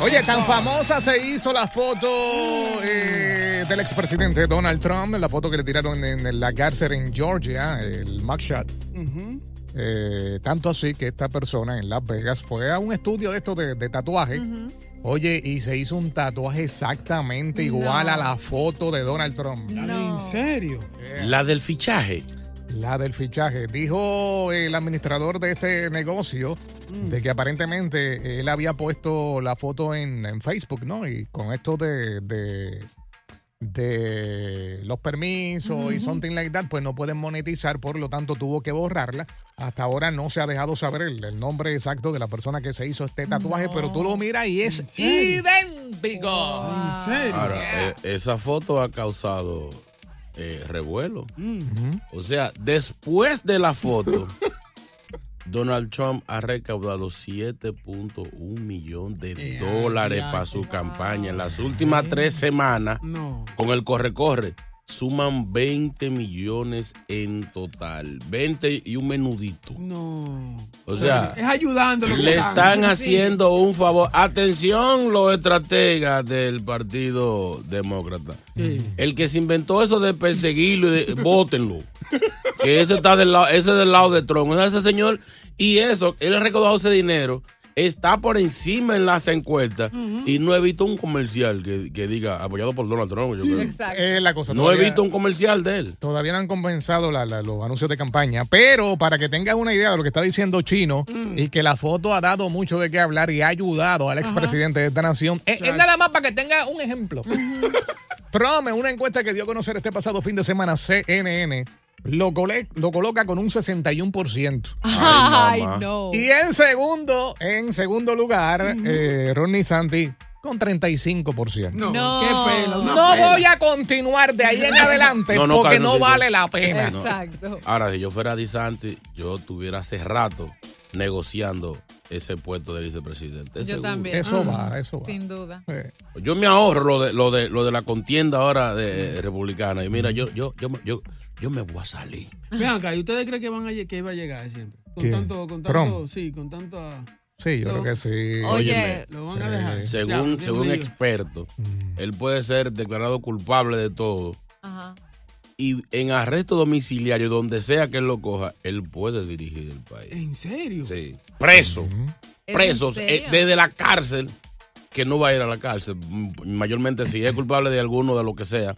Oye, tan famosa se hizo la foto eh, del expresidente Donald Trump, la foto que le tiraron en, en la cárcel en Georgia, el mugshot. Eh, tanto así que esta persona en Las Vegas fue a un estudio de esto de, de tatuaje. Oye, y se hizo un tatuaje exactamente igual a la foto de Donald Trump. Eh, ¿En serio? La del fichaje. La del fichaje. Dijo el administrador de este negocio Mm. de que aparentemente él había puesto la foto en, en Facebook, ¿no? Y con esto de, de, de los permisos y something like that, pues no pueden monetizar, por lo tanto tuvo que borrarla. Hasta ahora no se ha dejado saber el, el nombre exacto de la persona que se hizo este tatuaje, pero tú lo miras y es idéntico. ¿En serio? Ahora, eh, esa foto ha causado eh, revuelo. O sea, después de la foto, Donald Trump ha recaudado 7.1 millones de Eh, dólares para su campaña. En las últimas tres semanas, No. con el corre-corre, suman 20 millones en total. 20 y un menudito. No. O sea, Es ayudando. lo que le dan. están Sí. haciendo un favor. Atención, los estrategas del Partido Demócrata. Sí. El que se inventó eso de perseguirlo, y de- bótenlo. que ese está del lado, ese es del lado de Trump. O sea, ese señor, y eso, él ha recaudado ese dinero, está por encima en las encuestas. Y no he visto un comercial que, que diga apoyado por Donald Trump. yo creo. Es la cosa. No he todavía- visto un comercial de él. Todavía no han compensado la- la- los anuncios de campaña, pero para que tengas una idea de lo que está diciendo Chino y que la foto ha dado mucho de qué hablar y ha ayudado al expresidente de esta nación, es, es nada más para que tenga un ejemplo. Trump, en una encuesta que dio a conocer este pasado fin de semana, CNN, lo, cole- lo coloca con un 61%. Ay, mamá. no. Y en segundo, en segundo lugar, eh, Ronnie Santi con 35%. No. No. Qué pelo. una No pela. voy a continuar de ahí en Pues adelante No, no, porque Carlos, no yo- vale la pena. No. Exacto. Ahora, si yo fuera DeSantis, yo estuviera hace rato negociando ese puesto de vicepresidente. Yo seguro. también. Eso Mm. Ah, va, eso va. Sin duda. Eh, Yo me ahorro lo de, lo de, lo de la contienda ahora de, eh, republicana. Y mira, yo, yo, yo, yo, yo me voy a salir. Ven acá, ¿y ustedes creen que, van a, lle- que va a llegar siempre? Con ¿Quién? tanto, con tanto, Trump. sí, con tanto, ah, Sí, yo creo No. que sí. Oye, lo van a dejar. Según, Ya, según bienvenido. expertos, Mm. él puede ser declarado culpable de todo. ajá. Y en arresto domiciliario, donde sea que él lo coja, él puede dirigir el país. ¿En serio? Sí. Preso. Mm. ¿Es Presos en eh, serio? desde la cárcel, que no va a ir a la cárcel. M- Mayormente, si es culpable de alguno, de lo que sea,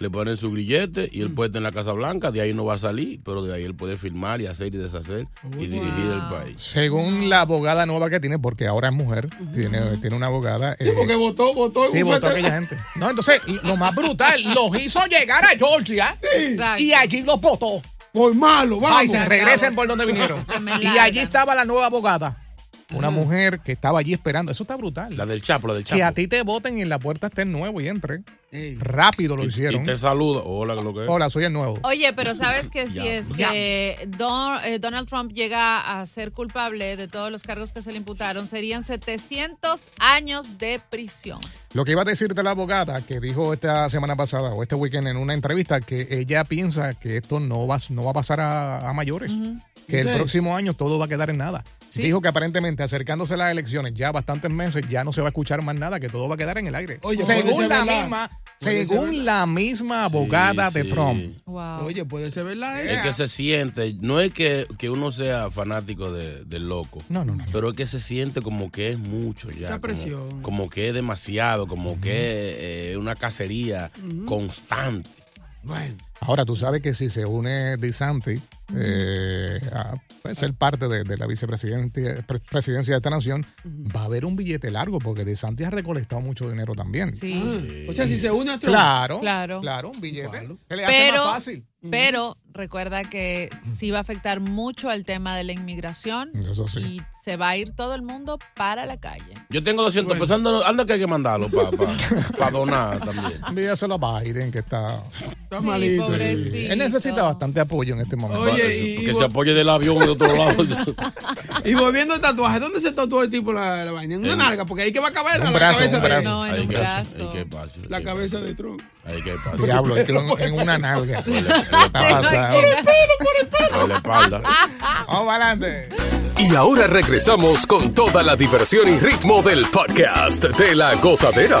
le ponen su grillete Mm. y él puede estar en la Casa Blanca. De ahí no va a salir, pero de ahí él puede firmar y hacer y deshacer y dirigir el país. Según la abogada nueva que tiene, porque ahora es mujer, tiene, tiene una abogada. eh, Porque votó, votó. sí, y votó votó aquella gente. No, entonces, lo más brutal, los hizo llegar a Georgia Exacto. y allí los votó. Por malo, vamos. Ay, se regresen por donde vinieron. Se me Y larga. allí estaba la nueva abogada. Una mujer que estaba allí esperando. Eso está brutal. La del Chapo, la del Chapo. Que a ti te voten y en la puerta esté el nuevo y entre. Ey. Rápido lo Y hicieron. te saluda. Hola, lo que es. Hola, soy el nuevo. Oye, pero sabes que si Ya. es que Don- eh, Donald Trump llega a ser culpable de todos los cargos que se le imputaron, serían 700 años de prisión. Lo que iba a decirte la abogada que dijo esta semana pasada o este weekend en una entrevista que ella piensa que esto no va, no va a pasar a, a mayores, que el Sí. próximo año todo va a quedar en nada. Sí. Dijo que aparentemente acercándose las elecciones ya bastantes meses ya no se va a escuchar más nada, que todo va a quedar en el aire. Oye, puede según ser la verdad. misma, Puede ser según verdad. la misma abogada Sí, de sí. Trump. Wow. Oye, puede ser verdad Es eso. que se siente, no es que, que uno sea fanático de- del loco, No, no, no. no. pero es que se siente como que es mucho ya. Mucha como- presión. Como, que es demasiado, como que es eh, una cacería constante. Bueno, Ahora tú sabes que si se une DeSantis eh, a pues, ser parte de, de la vicepresidencia pre- presidencia de esta nación, va a haber un billete largo porque DeSantis ha recolectado mucho dinero también. Sí. Ah, o sea, si se une a Trump. Claro, claro, Claro. un billete. Claro. Se le hace Pero- más fácil. Pero recuerda que sí va a afectar mucho al tema de la inmigración Eso sí. y se va a ir todo el mundo para la calle. Yo tengo 200 pesos, anda, anda que hay que mandarlo para donar también. Envíaselo a Biden, que está. Está Sí, malito. pobrecito. Él necesita bastante apoyo en este momento. Oye, Para- y- que se apoye del avión de otro lado. Y volviendo al tatuaje, ¿dónde se tatuó el tipo la, la vaina? En una En- narga, porque ahí que va a caber la, Un brazo, cabeza un de, brazo. No, en Ahí un que- brazo. ahí que pase, la ahí que cabeza pase. de Trump. Ahí que pasa. Ah, Diablo, es que en, en una nalga. está pasado. la espalda. Vamos para adelante. Y ahora regresamos con toda la diversión y ritmo del podcast de la gozadera.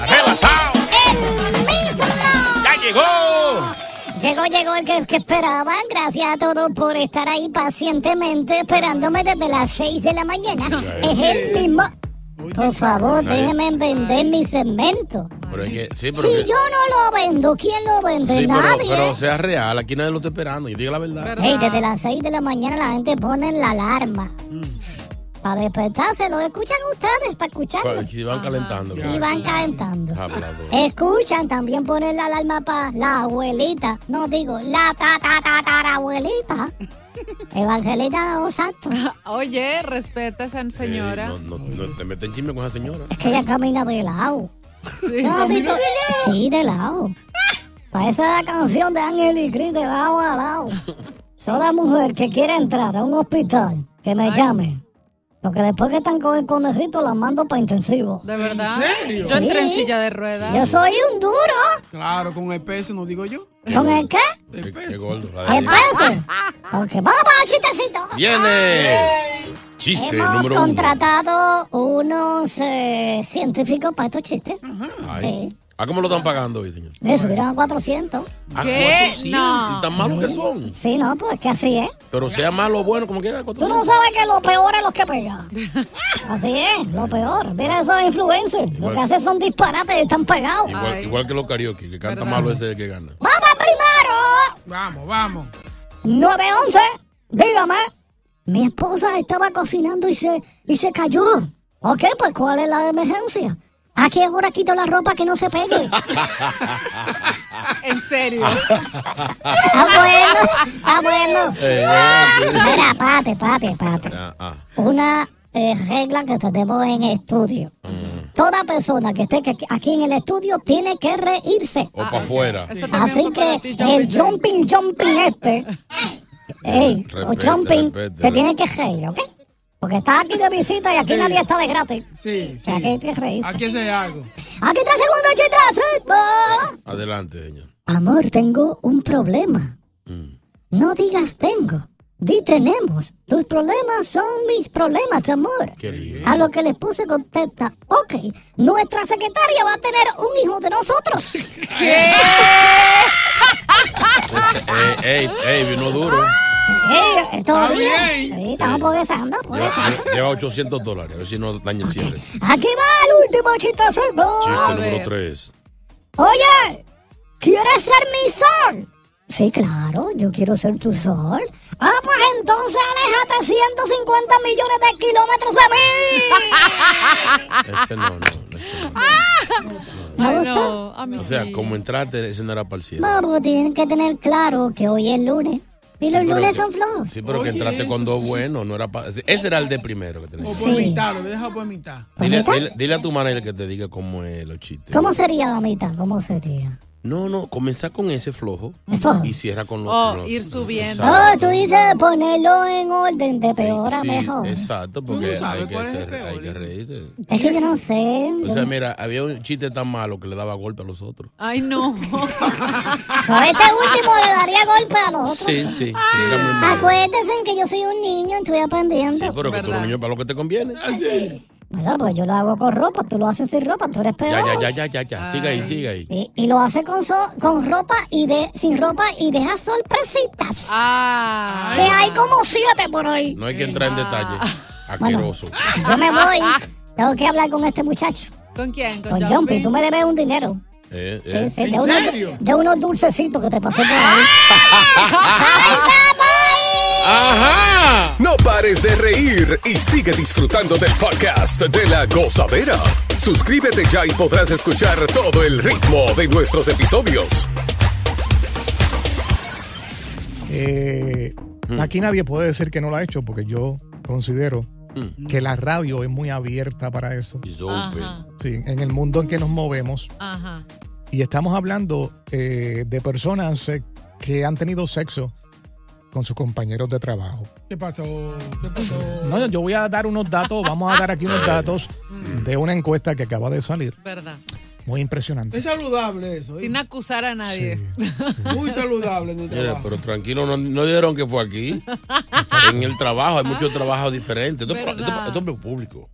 Arrebatado. ¡Ya llegó! Llegó, llegó el que, que esperaban. Gracias a todos por estar ahí pacientemente esperándome desde las 6 de la mañana. Es el mismo. Por favor, déjenme vender mi segmento. Pero es que, sí, pero Si que- yo no lo vendo, ¿quién lo vende? sí, pero- Nadie. ¿eh? pero sea real, aquí nadie lo está esperando, y diga la verdad. Ey, desde las 6 de la mañana la gente pone la alarma. Mm. Para despertarse, lo escuchan ustedes, para escucharlo. Pues, Si van calentando. Y van calentando. Hablador. Escuchan, también ponen la alarma para la abuelita. No digo, la ta ta ta abuelita. Evangelita o santo. Oye, respeta a esa señora. Eh, no, no, no te meten chisme con esa señora. Es que ella camina de lado. Sí. ¿No has visto? Sí, de lado. Para esa canción de Ángel y Cris de lado a lado. Toda mujer que quiera entrar a un hospital, que me llame. Porque después que están con el conejito, las mando para intensivo. De verdad. ¿En serio? Yo entré en Sí. silla de ruedas. Yo soy un duro. Claro, con el peso, no digo yo. ¿Con el qué? El Qué peso. gordo. la ¿Qué de- pasa? Ok, vamos para el chistecito. ¡Viene! Chiste Ah. Hemos número uno. contratado unos eh, científicos para estos chistes. Ay. Sí. ¿A cómo lo están pagando hoy, señor? Le subieron a 400. ¿A ¿Qué? 400? No. ¿Y tan malos que son? Sí, no, pues que así es. Pero sea malo o bueno, como quiera. Tú no sabes que lo peor es lo que pega. Así es, lo peor. Mira esos influencers. Lo que hacen son disparates y están pegados. Igual, Ay. igual que los karaoke, que canta ¿Verdad? malo ese que gana. ¡Vamos primero! Vamos, vamos. 911, dígame. Mi esposa estaba cocinando y se, y se cayó. Ok, pues ¿cuál es la emergencia? ¿A qué hora quito la ropa que no se pegue? En serio. Ah, bueno, ah, bueno. Eh, Mira, pate, pate, pate. Una eh, regla que tenemos en estudio. Toda persona que esté que- aquí en el estudio tiene que reírse. O para afuera. Así que el jumping, jumping este, ey, o Respeta, jumping, respeta, te tiene que reír, ¿ok? Porque estás aquí de visita y aquí Sí. nadie está de gratis. Sí, O sea, que hay que reírse. Aquí se algo. Aquí está el segundo chiste de ritmo. Adelante, señor. Amor, tengo un problema. No digas tengo, di tenemos. Tus problemas son mis problemas, amor. Qué lindo. A lo que le puse contesta, ok, nuestra secretaria va a tener un hijo de nosotros. Ey, ey, ey, vino duro. Ah. Ey, ¿Todo Está bien? Sí, estamos progresando, pues. progresando. Lleva, lleva 800 dólares. A ver si no daña el cierre. Aquí va el último chiste Chiste ritmo. número 3. Oye, ¿quieres ser mi sol? Sí, claro, yo quiero ser tu sol. Ah, pues entonces aléjate 150 millones de kilómetros Ese de mí. no, no. ¿Me gustó? Ah, No, a mí O sea, sí. como entraste, ese no era para el cierre. No, porque tienen que tener claro que hoy es lunes. Y los pero lunes que- son flojos. Sí, pero que entraste con dos buenos, no era para. Ese era el de primero que tenías. O por mitad, lo deja por mitad. Dile, dile- dile a tu manager que te diga cómo es los chistes. ¿Cómo sería la mitad? ¿Cómo sería? No, no, comenzá con ese flojo y cierra con los. Oh, con los- ir subiendo. Oh, Exacto. tú dices ponerlo en orden de peor a Sí, mejor. Exacto, porque no sabes hay que, cuál es el ¿eh? ser- hay que reírse. Es que yo no sé. O yo sea, mira, había un chiste tan malo que le daba golpe a los otros. Ay, no. A este último le daría golpe a los otros. Ah, Sí, sí, sí, era muy malo. Acuérdense que yo soy un niño, estoy aprendiendo. Sí, pero que tú eres un niño para lo que te conviene. Bueno, pues yo lo hago con ropa, tú lo haces sin ropa, tú eres peor. Ya, ya, ya, ya, ya, ya. Siga ahí, siga ahí. Y, y lo hace con, so- con ropa y de sin ropa y deja sorpresitas. Ah. Que hay como siete por ahí. No hay que entrar en detalle. Asqueroso. Yo me voy. Tengo que hablar con este muchacho. ¿Con quién? Con Jumpy, tú me debes un dinero. Eh, Sí, eh. sí, de, unos, de unos dulcecitos que te pasé por ahí. ¡Ajá! No pares de reír y sigue disfrutando del podcast de la gozadera. Suscríbete ya y podrás escuchar todo el ritmo de nuestros episodios. Eh, Aquí nadie puede decir que no lo ha hecho porque yo considero que la radio es muy abierta para eso. Ajá, Sí, en el mundo en que nos movemos. ajá. Y estamos hablando eh, de personas eh, que han tenido sexo con sus compañeros de trabajo. ¿Qué pasó? ¿Qué pasó? No, yo voy a dar unos datos, vamos a dar aquí unos datos de una encuesta que acaba de salir. Verdad. Muy impresionante. Es saludable eso. ¿eh? Sin acusar a nadie. Muy saludable en el Mira, trabajo. pero tranquilo, no, no dijeron que fue aquí. en el trabajo, hay mucho trabajo diferente. Esto, es pro- esto- esto es público.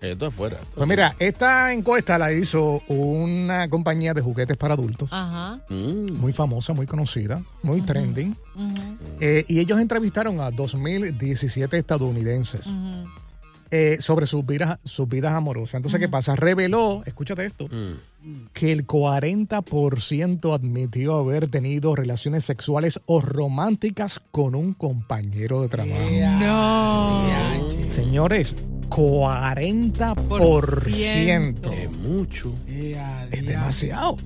Esto es fuera. Pues mira, esta encuesta la hizo una compañía de juguetes para adultos, Ajá. muy famosa, muy conocida, muy trending. Eh, y ellos entrevistaron a 2017 estadounidenses eh, sobre sus vidas, sus vidas amorosas. Entonces, ¿qué pasa? Reveló, escúchate esto, Mm. que el 40% admitió haber tenido relaciones sexuales o románticas con un compañero de trabajo. No. Señores, 40%. Es mucho. Eh, ah, Es demasiado.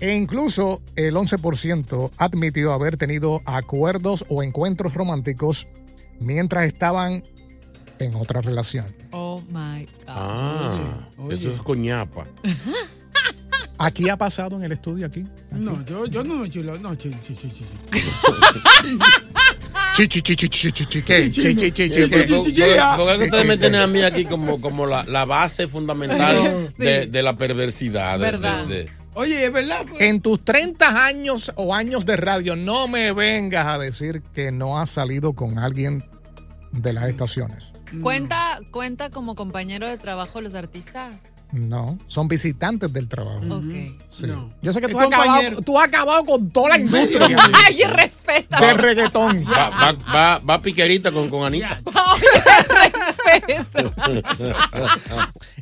E incluso el 11% admitió haber tenido acuerdos o encuentros románticos mientras estaban en otra relación. Oh my God. Ah, Oye, oye. eso es coñapa. Aquí ha pasado en el estudio, aquí. No, yo, yo no me chilo. No, chi, chi, chi, chi. Chi, chi. chi, chi, chi, chi, chi, chi, ¿qué? Chi, chi, chi, chi, Oye, pero ¿qué? ¿Por por- por sí, ah. qué ustedes me tienen a mí aquí como, como la, la base fundamental Sí. de, de la perversidad? de- de- Verdad. de- Oye, es verdad. pues. En tus 30 años o años de radio, no me vengas a decir que no has salido con alguien de las estaciones. Mm. ¿Cuenta, ¿Cuenta como compañero de trabajo los artistas? No, son visitantes del trabajo. Ok. Sí. No. Yo sé que Es tú has, acabado, compañero. tú has acabado con toda la industria ¡Ay, respeta! de reggaetón. va, va, va, va piquerita con, con Anita.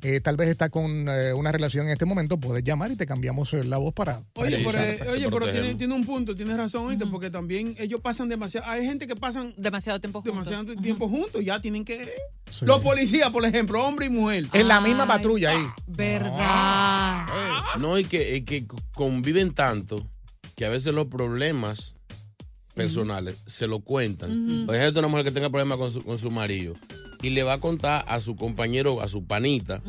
Eh, tal vez está con eh, una relación en este momento, puedes llamar y te cambiamos eh, la voz para. para Oye, pero, usar. eh, oye, pero tiene, tiene un punto, tienes razón, ¿oíste? porque también ellos pasan demasiado, hay gente que pasan demasiado tiempo juntos, demasiado tiempo juntos, ya tienen que... Los policías, por ejemplo, hombre y mujer. En la Ah, misma patrulla ahí. Verdad. Ah. No, y que, y que conviven tanto que a veces los problemas personales se lo cuentan. Ujú. Por ejemplo, una mujer que tenga problemas con su, con su marido y le va a contar a su compañero, a su panita,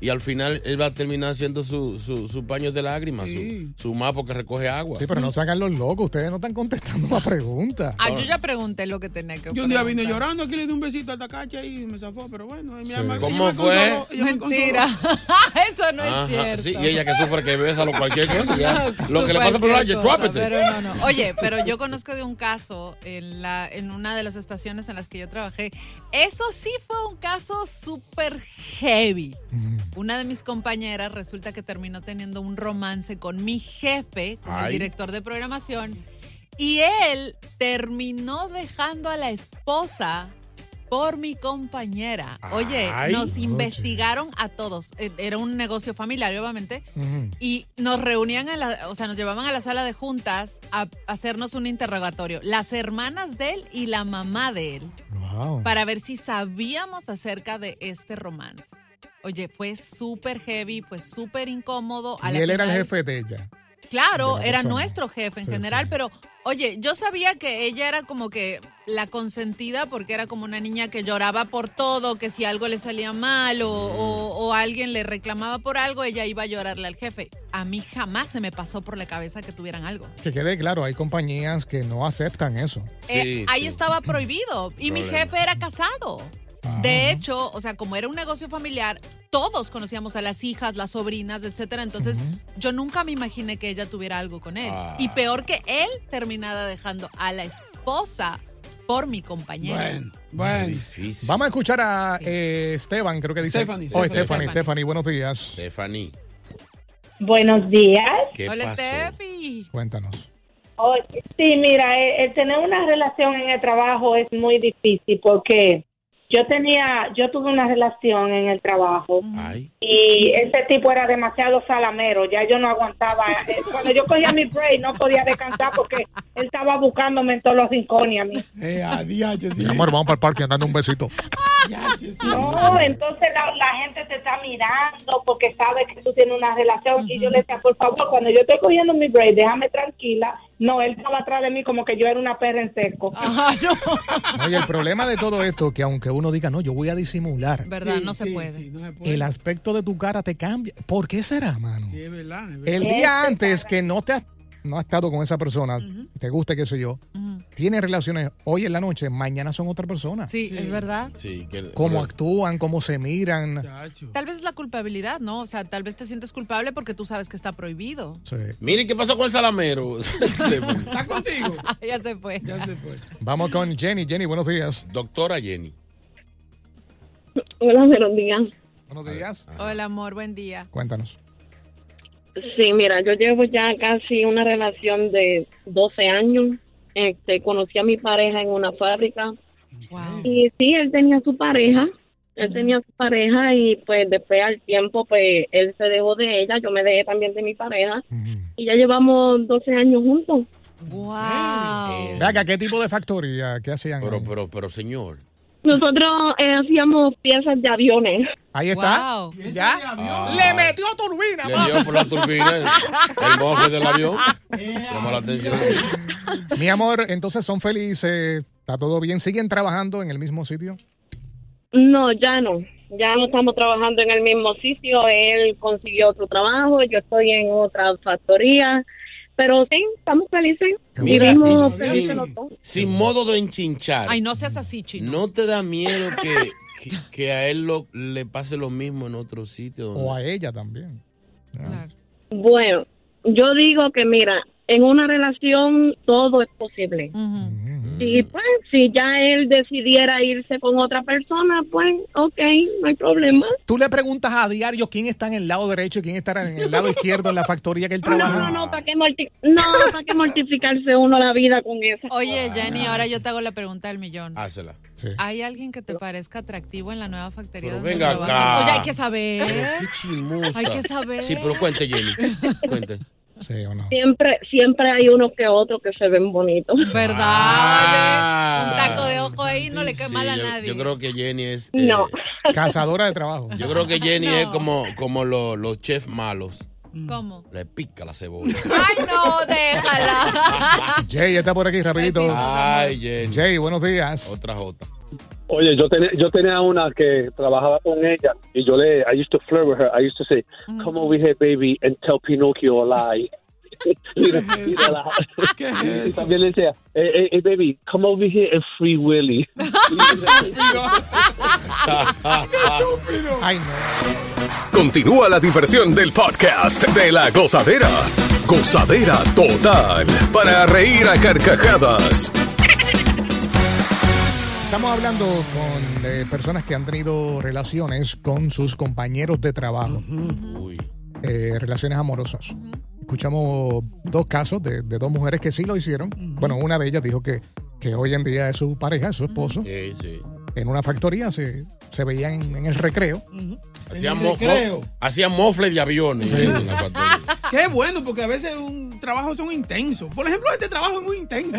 y al final él va a terminar haciendo su, su, su paño de lágrimas, Sí. su, su mapo que recoge agua. Sí, pero no se hagan los locos, ustedes no están contestando la pregunta. Ah, yo ya pregunté lo que tenía que Yo un día vine preguntar. llorando, aquí le di un besito a Takacha y me zafó, pero bueno. mi Sí. alma- ella ¿Cómo me fue? consoló, ella me Mentira. Eso no Ajá, es cierto. sí, y ella que sufre que besa lo cualquier cosa. ya. No, lo que le pasa por la cualquier calle, cosa, trápete. pero no, no. Oye, pero yo conozco de un caso en, la, en una de las estaciones en las que yo trabajé. Eso sí fue un caso súper heavy. Mm. Una de mis compañeras resulta que terminó teniendo un romance con mi jefe, con el Ay. director de programación, y él terminó dejando a la esposa por mi compañera. Oye, Ay. nos Oye. investigaron a todos. Eh, Era un negocio familiar, obviamente. Y nos reunían, a la, o sea, nos llevaban a la sala de juntas a hacernos un interrogatorio. Las hermanas de él y la mamá de él. Para ver si sabíamos acerca de este romance. Oye, fue súper heavy, fue súper incómodo. A Y la él era el final- jefe de ella. Claro, de la era persona. nuestro jefe en Sí, general, pero oye, yo sabía que ella era como que la consentida porque era como una niña que lloraba por todo, que si algo le salía mal o, o- Mm. o alguien le reclamaba por algo, ella iba a llorarle al jefe. A mí jamás se me pasó por la cabeza que tuvieran algo. Que quede claro, hay compañías que no aceptan eso. Eh, ahí estaba prohibido y mi Problema. jefe era casado. Ah. De hecho, o sea, como era un negocio familiar, todos conocíamos a las hijas, las sobrinas, etcétera. Entonces, yo nunca me imaginé que ella tuviera algo con él. Ah. Y peor que él terminara dejando a la esposa por mi compañero. Bueno. Vamos a escuchar a eh, Esteban, creo que dice. Stephanie, Oh, Stephanie. Stephanie, Stephanie, buenos días. Stephanie, Buenos días. ¿qué Hola, pasó? Cuéntanos. Oye, sí, mira, el, el tener una relación en el trabajo es muy difícil porque yo tenía, yo tuve una relación en el trabajo y ese tipo era demasiado salamero, ya yo no aguantaba. Eh, Cuando yo cogía mi break no podía descansar porque él estaba buscándome en todos los rincones a mí. Eh, adiós, Mi amor, vamos para el parque andando un besito. No, entonces la, la gente te está mirando porque sabe que tú tienes una relación y yo le decía, por favor, cuando yo estoy cogiendo mi break, déjame tranquila. No, él estaba atrás de mí como que yo era una perra en seco. No, y el problema de todo esto que aunque uno diga, no, yo voy a disimular, ¿Verdad? no, se puede. el aspecto de tu cara te cambia. ¿Por qué será, mano? Es verdad. es verdad. El Este día antes que no te has, no has estado con esa persona, te gusta, qué sé yo, tienes relaciones hoy en la noche, mañana son otra persona. Sí, es verdad. Sí, que- Cómo actúan, cómo se miran. Tal vez es la culpabilidad, ¿no? O sea, tal vez te sientes culpable porque tú sabes que está prohibido. Miren qué pasó con el salamero. ¿Está contigo? ya se fue. Ya se fue. Vamos con Jenny. Jenny, buenos días. Doctora Jenny. Hola, buenos días. Buenos días. Hola, amor, buen día. Ah. Cuéntanos. Sí, mira, yo llevo ya casi una relación de 12 años. Este, conocí a mi pareja en una fábrica. Y sí, él tenía su pareja. Él tenía su pareja y pues después al tiempo pues él se dejó de ella, yo me dejé también de mi pareja y ya llevamos 12 años juntos. Wow. Ve acá, ¿qué tipo de factoría? ¿Qué hacían? Eh, Pero, pero, pero, señor. Nosotros eh, hacíamos piezas de aviones. Ahí está. ¿Ya? Ah, Le metió turbina, Le dio por la turbina el- el mofle del avión. Llama la atención. Mi amor, entonces son felices, está todo bien, siguen trabajando en el mismo sitio. No, ya no. Ya no estamos trabajando en el mismo sitio. Él consiguió otro trabajo, yo estoy en otra factoría. Pero sí, estamos felices. Mira, Vivimos y felices sin, los dos. sin modo de enchinchar. Ay, no seas así, chino. ¿No te da miedo que, que, que a él lo, le pase lo mismo en otro sitio? Oh, O a ella también. Bueno, yo digo que mira, en una relación todo es posible. Y pues, si ya él decidiera irse con otra persona, pues, ok, no hay problema. Tú le preguntas a diario quién está en el lado derecho y quién está en el lado izquierdo en la factoría que él No, trabaja. no, no, ¿para qué, morti- no, ¿para qué mortificarse uno la vida con eso? Oye, Jenny, ahora yo te hago la pregunta del millón. Hácela. ¿Hay alguien que te parezca atractivo en la nueva factoría? Pero donde Pues venga trabajas? acá. Oye, hay que Pero saber. qué chismosa. Hay que saber. Sí, pero cuente, Jenny. Cuente. Sí, o no. Siempre, siempre hay unos que otros que se ven bonitos. ¿Verdad? Ah. Un taco de ojo ahí no le cae Sí, mal a yo, nadie. yo creo que Jenny es. No. Cazadora de trabajo. Yo creo que Jenny es como, como lo- los chefs malos. Mm. ¿Cómo? Le pica la cebolla. ¡Ay, no! ¡Déjala! Ah. Jay está por aquí, rapidito. Ay, Jenny. Jay, buenos días. Otra Jota. Oye, yo tenía, yo tenía una que trabajaba con ella y yo le, I used to flirt with her, I used to say, come over here, baby, and tell Pinocchio a lie. y, de- y de la- y también le decía, hey, hey, hey, baby, come over here and free Willy. Ay, no. Continúa la diversión del podcast de la gozadera. Gozadera total. Para reír a carcajadas. Estamos hablando con eh, personas que han tenido relaciones con sus compañeros de trabajo. Eh, relaciones amorosas. Escuchamos dos casos de, de dos mujeres que sí lo hicieron. Bueno, una de ellas dijo que, que hoy en día es su pareja, es su esposo. Sí, sí. En una factoría se, se veían en, en el recreo. Hacía, En el mo- recreo. mo- hacía mofles de aviones. en la pantalla. Qué bueno, porque a veces un trabajo son intensos. Por ejemplo, este trabajo es muy intenso.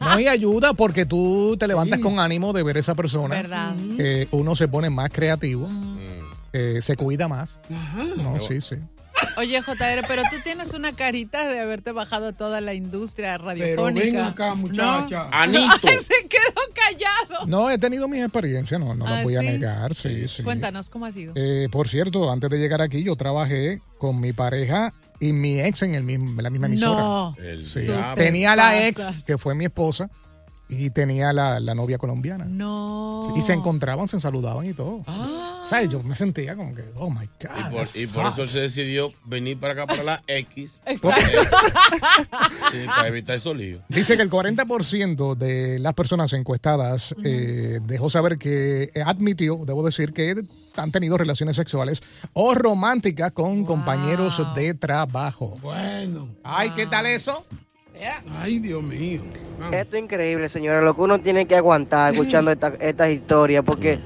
No hay ayuda porque tú te levantas con ánimo de ver esa persona. ¿Verdad? Eh, uno se pone más creativo, Mm. eh, se cuida más. No, sí, sí. Oye, JR, pero tú tienes una carita de haberte bajado a toda la industria Pero radiofónica. ven acá, muchacha. Ay, se quedó callado. No, he tenido mis experiencias, no, no Ah, las voy a ¿sí? negar. Sí, sí. Cuéntanos cómo ha sido. Eh, por cierto, antes de llegar aquí, yo trabajé con mi pareja y mi ex en el mismo, en la misma emisora. No. El Sí. diablo. Tenía la Te ex, pasas. que fue mi esposa, y tenía la, la novia colombiana. No. y se encontraban, se saludaban y todo. ¿Sabes? Yo me sentía como que, oh my God. Y por, y that's por hot. eso él se decidió venir para acá para la X. Eh, Exacto. Sí, para evitar esos líos. Dice que el 40% de las personas encuestadas eh, dejó saber que eh, admitió, debo decir, que han tenido relaciones sexuales o románticas con compañeros de trabajo. Bueno. Ay, ¿qué tal eso? Ay, Dios mío. Esto es increíble, señora, lo que uno tiene que aguantar escuchando esta- estas historias, porque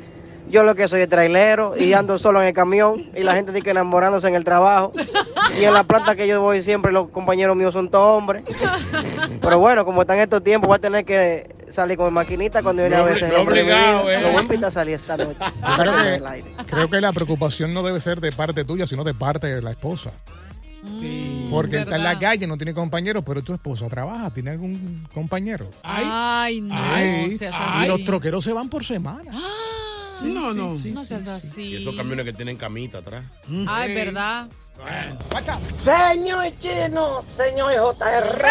yo lo que soy es trailero y ando solo en el camión y la gente dice que enamorándose en el trabajo. Y en la planta que yo voy siempre, los compañeros míos son todos hombres. Pero bueno, como están estos tiempos, voy a tener que salir con el maquinita cuando viene a No obli- veces. no hombre de mi vida. obligado, eh. Lo voy a invitar a salir esta noche. Creo Sácame del que, aire. creo que la preocupación no debe ser de parte tuya, sino de parte de la esposa. Mm, Porque está en la calle, no tiene compañeros, pero tu esposa trabaja, tiene algún compañero. Ay, Ah, no. Ay, seas y así. los troqueros se van por semana. no, sí, no. sí, no sí, seas sí. así. Y esos camiones que tienen camita atrás. Ay, ¿verdad? Señor chino, señor JR.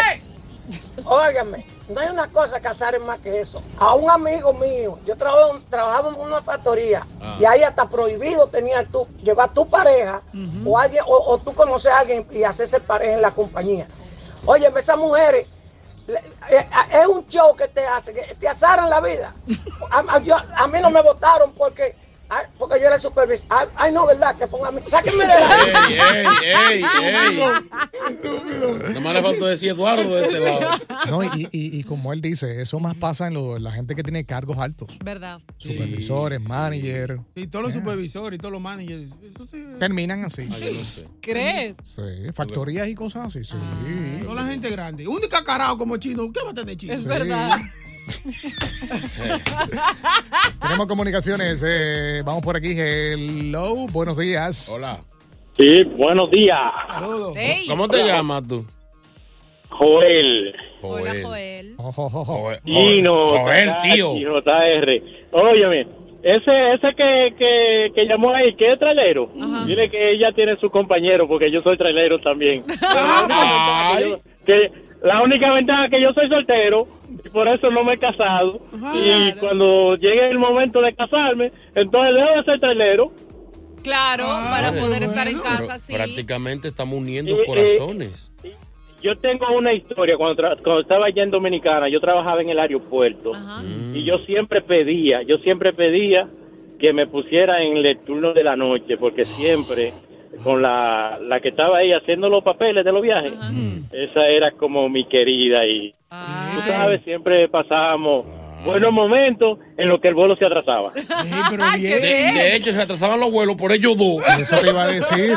Óigame, no hay una cosa que azar es más que eso. A un amigo mío, yo trabajo, trabajaba en una factoría Ah. y ahí hasta prohibido tenía tú llevar tu pareja o, alguien, o, o tú conoces a alguien y hacerse pareja en la compañía. Óyeme, esas mujeres le- eh, a- es un show que te hacen, que te azaran la vida. A, a- yo- a mí no me votaron porque, ah, porque yo era el supervisor. Ay, ay, no, ¿verdad? Que pongan mi... Sáquenme de la... ¡Ey, Ah. ey, ey, ey! Nomás le faltó decir Eduardo de este lado. No, y, y- y como él dice, eso más pasa en lo- la gente que tiene cargos altos. ¿Verdad? Supervisores, manager. eh, Y todos los supervisores y todos los managers. Eso sí. Terminan así. ¿Crees? Sí, factorías y cosas así. Sí. Toda la gente grande. Un cacarao como chino. ¿Qué va a tener chino? Es Sí. verdad. Ah. Tenemos comunicaciones. eh, vamos por aquí. Hello, buenos días. Hola. Sí, buenos días. ¿Cómo te llamas tú? Joel. Joel. Gino. Joel, Takashi, tío. JR. Óyeme, ese, ese que, que, que llamó ahí, que es trailero, dile que ella tiene su compañero, porque yo soy trailero también. Ay. que la única ventaja es que yo soy soltero, y por eso no me he casado. Y cuando llegue el momento de casarme, entonces debo de ser trailero. Ah, Claro, para poder estar en Pero casa, sí. prácticamente estamos uniendo Y- y- corazones. eh, Yo tengo una historia. Cuando, tra- cuando estaba allá en Dominicana, yo trabajaba en el aeropuerto. Mm. Y yo siempre pedía, yo siempre pedía que me pusiera en el turno de la noche, Oh. porque siempre con la, la que estaba ahí haciendo los papeles de los viajes, Mm. esa era como mi querida. Y tú sabes, siempre pasábamos Ah. buenos momentos en los que el vuelo se atrasaba. De, de hecho, se atrasaban los vuelos por ellos dos. Eso te iba a decir.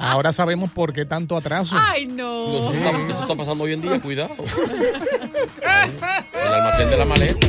Ahora sabemos por qué tanto atraso. Ay, no. Eso está, eso está pasando hoy en día, cuidado. El almacén de la maleta.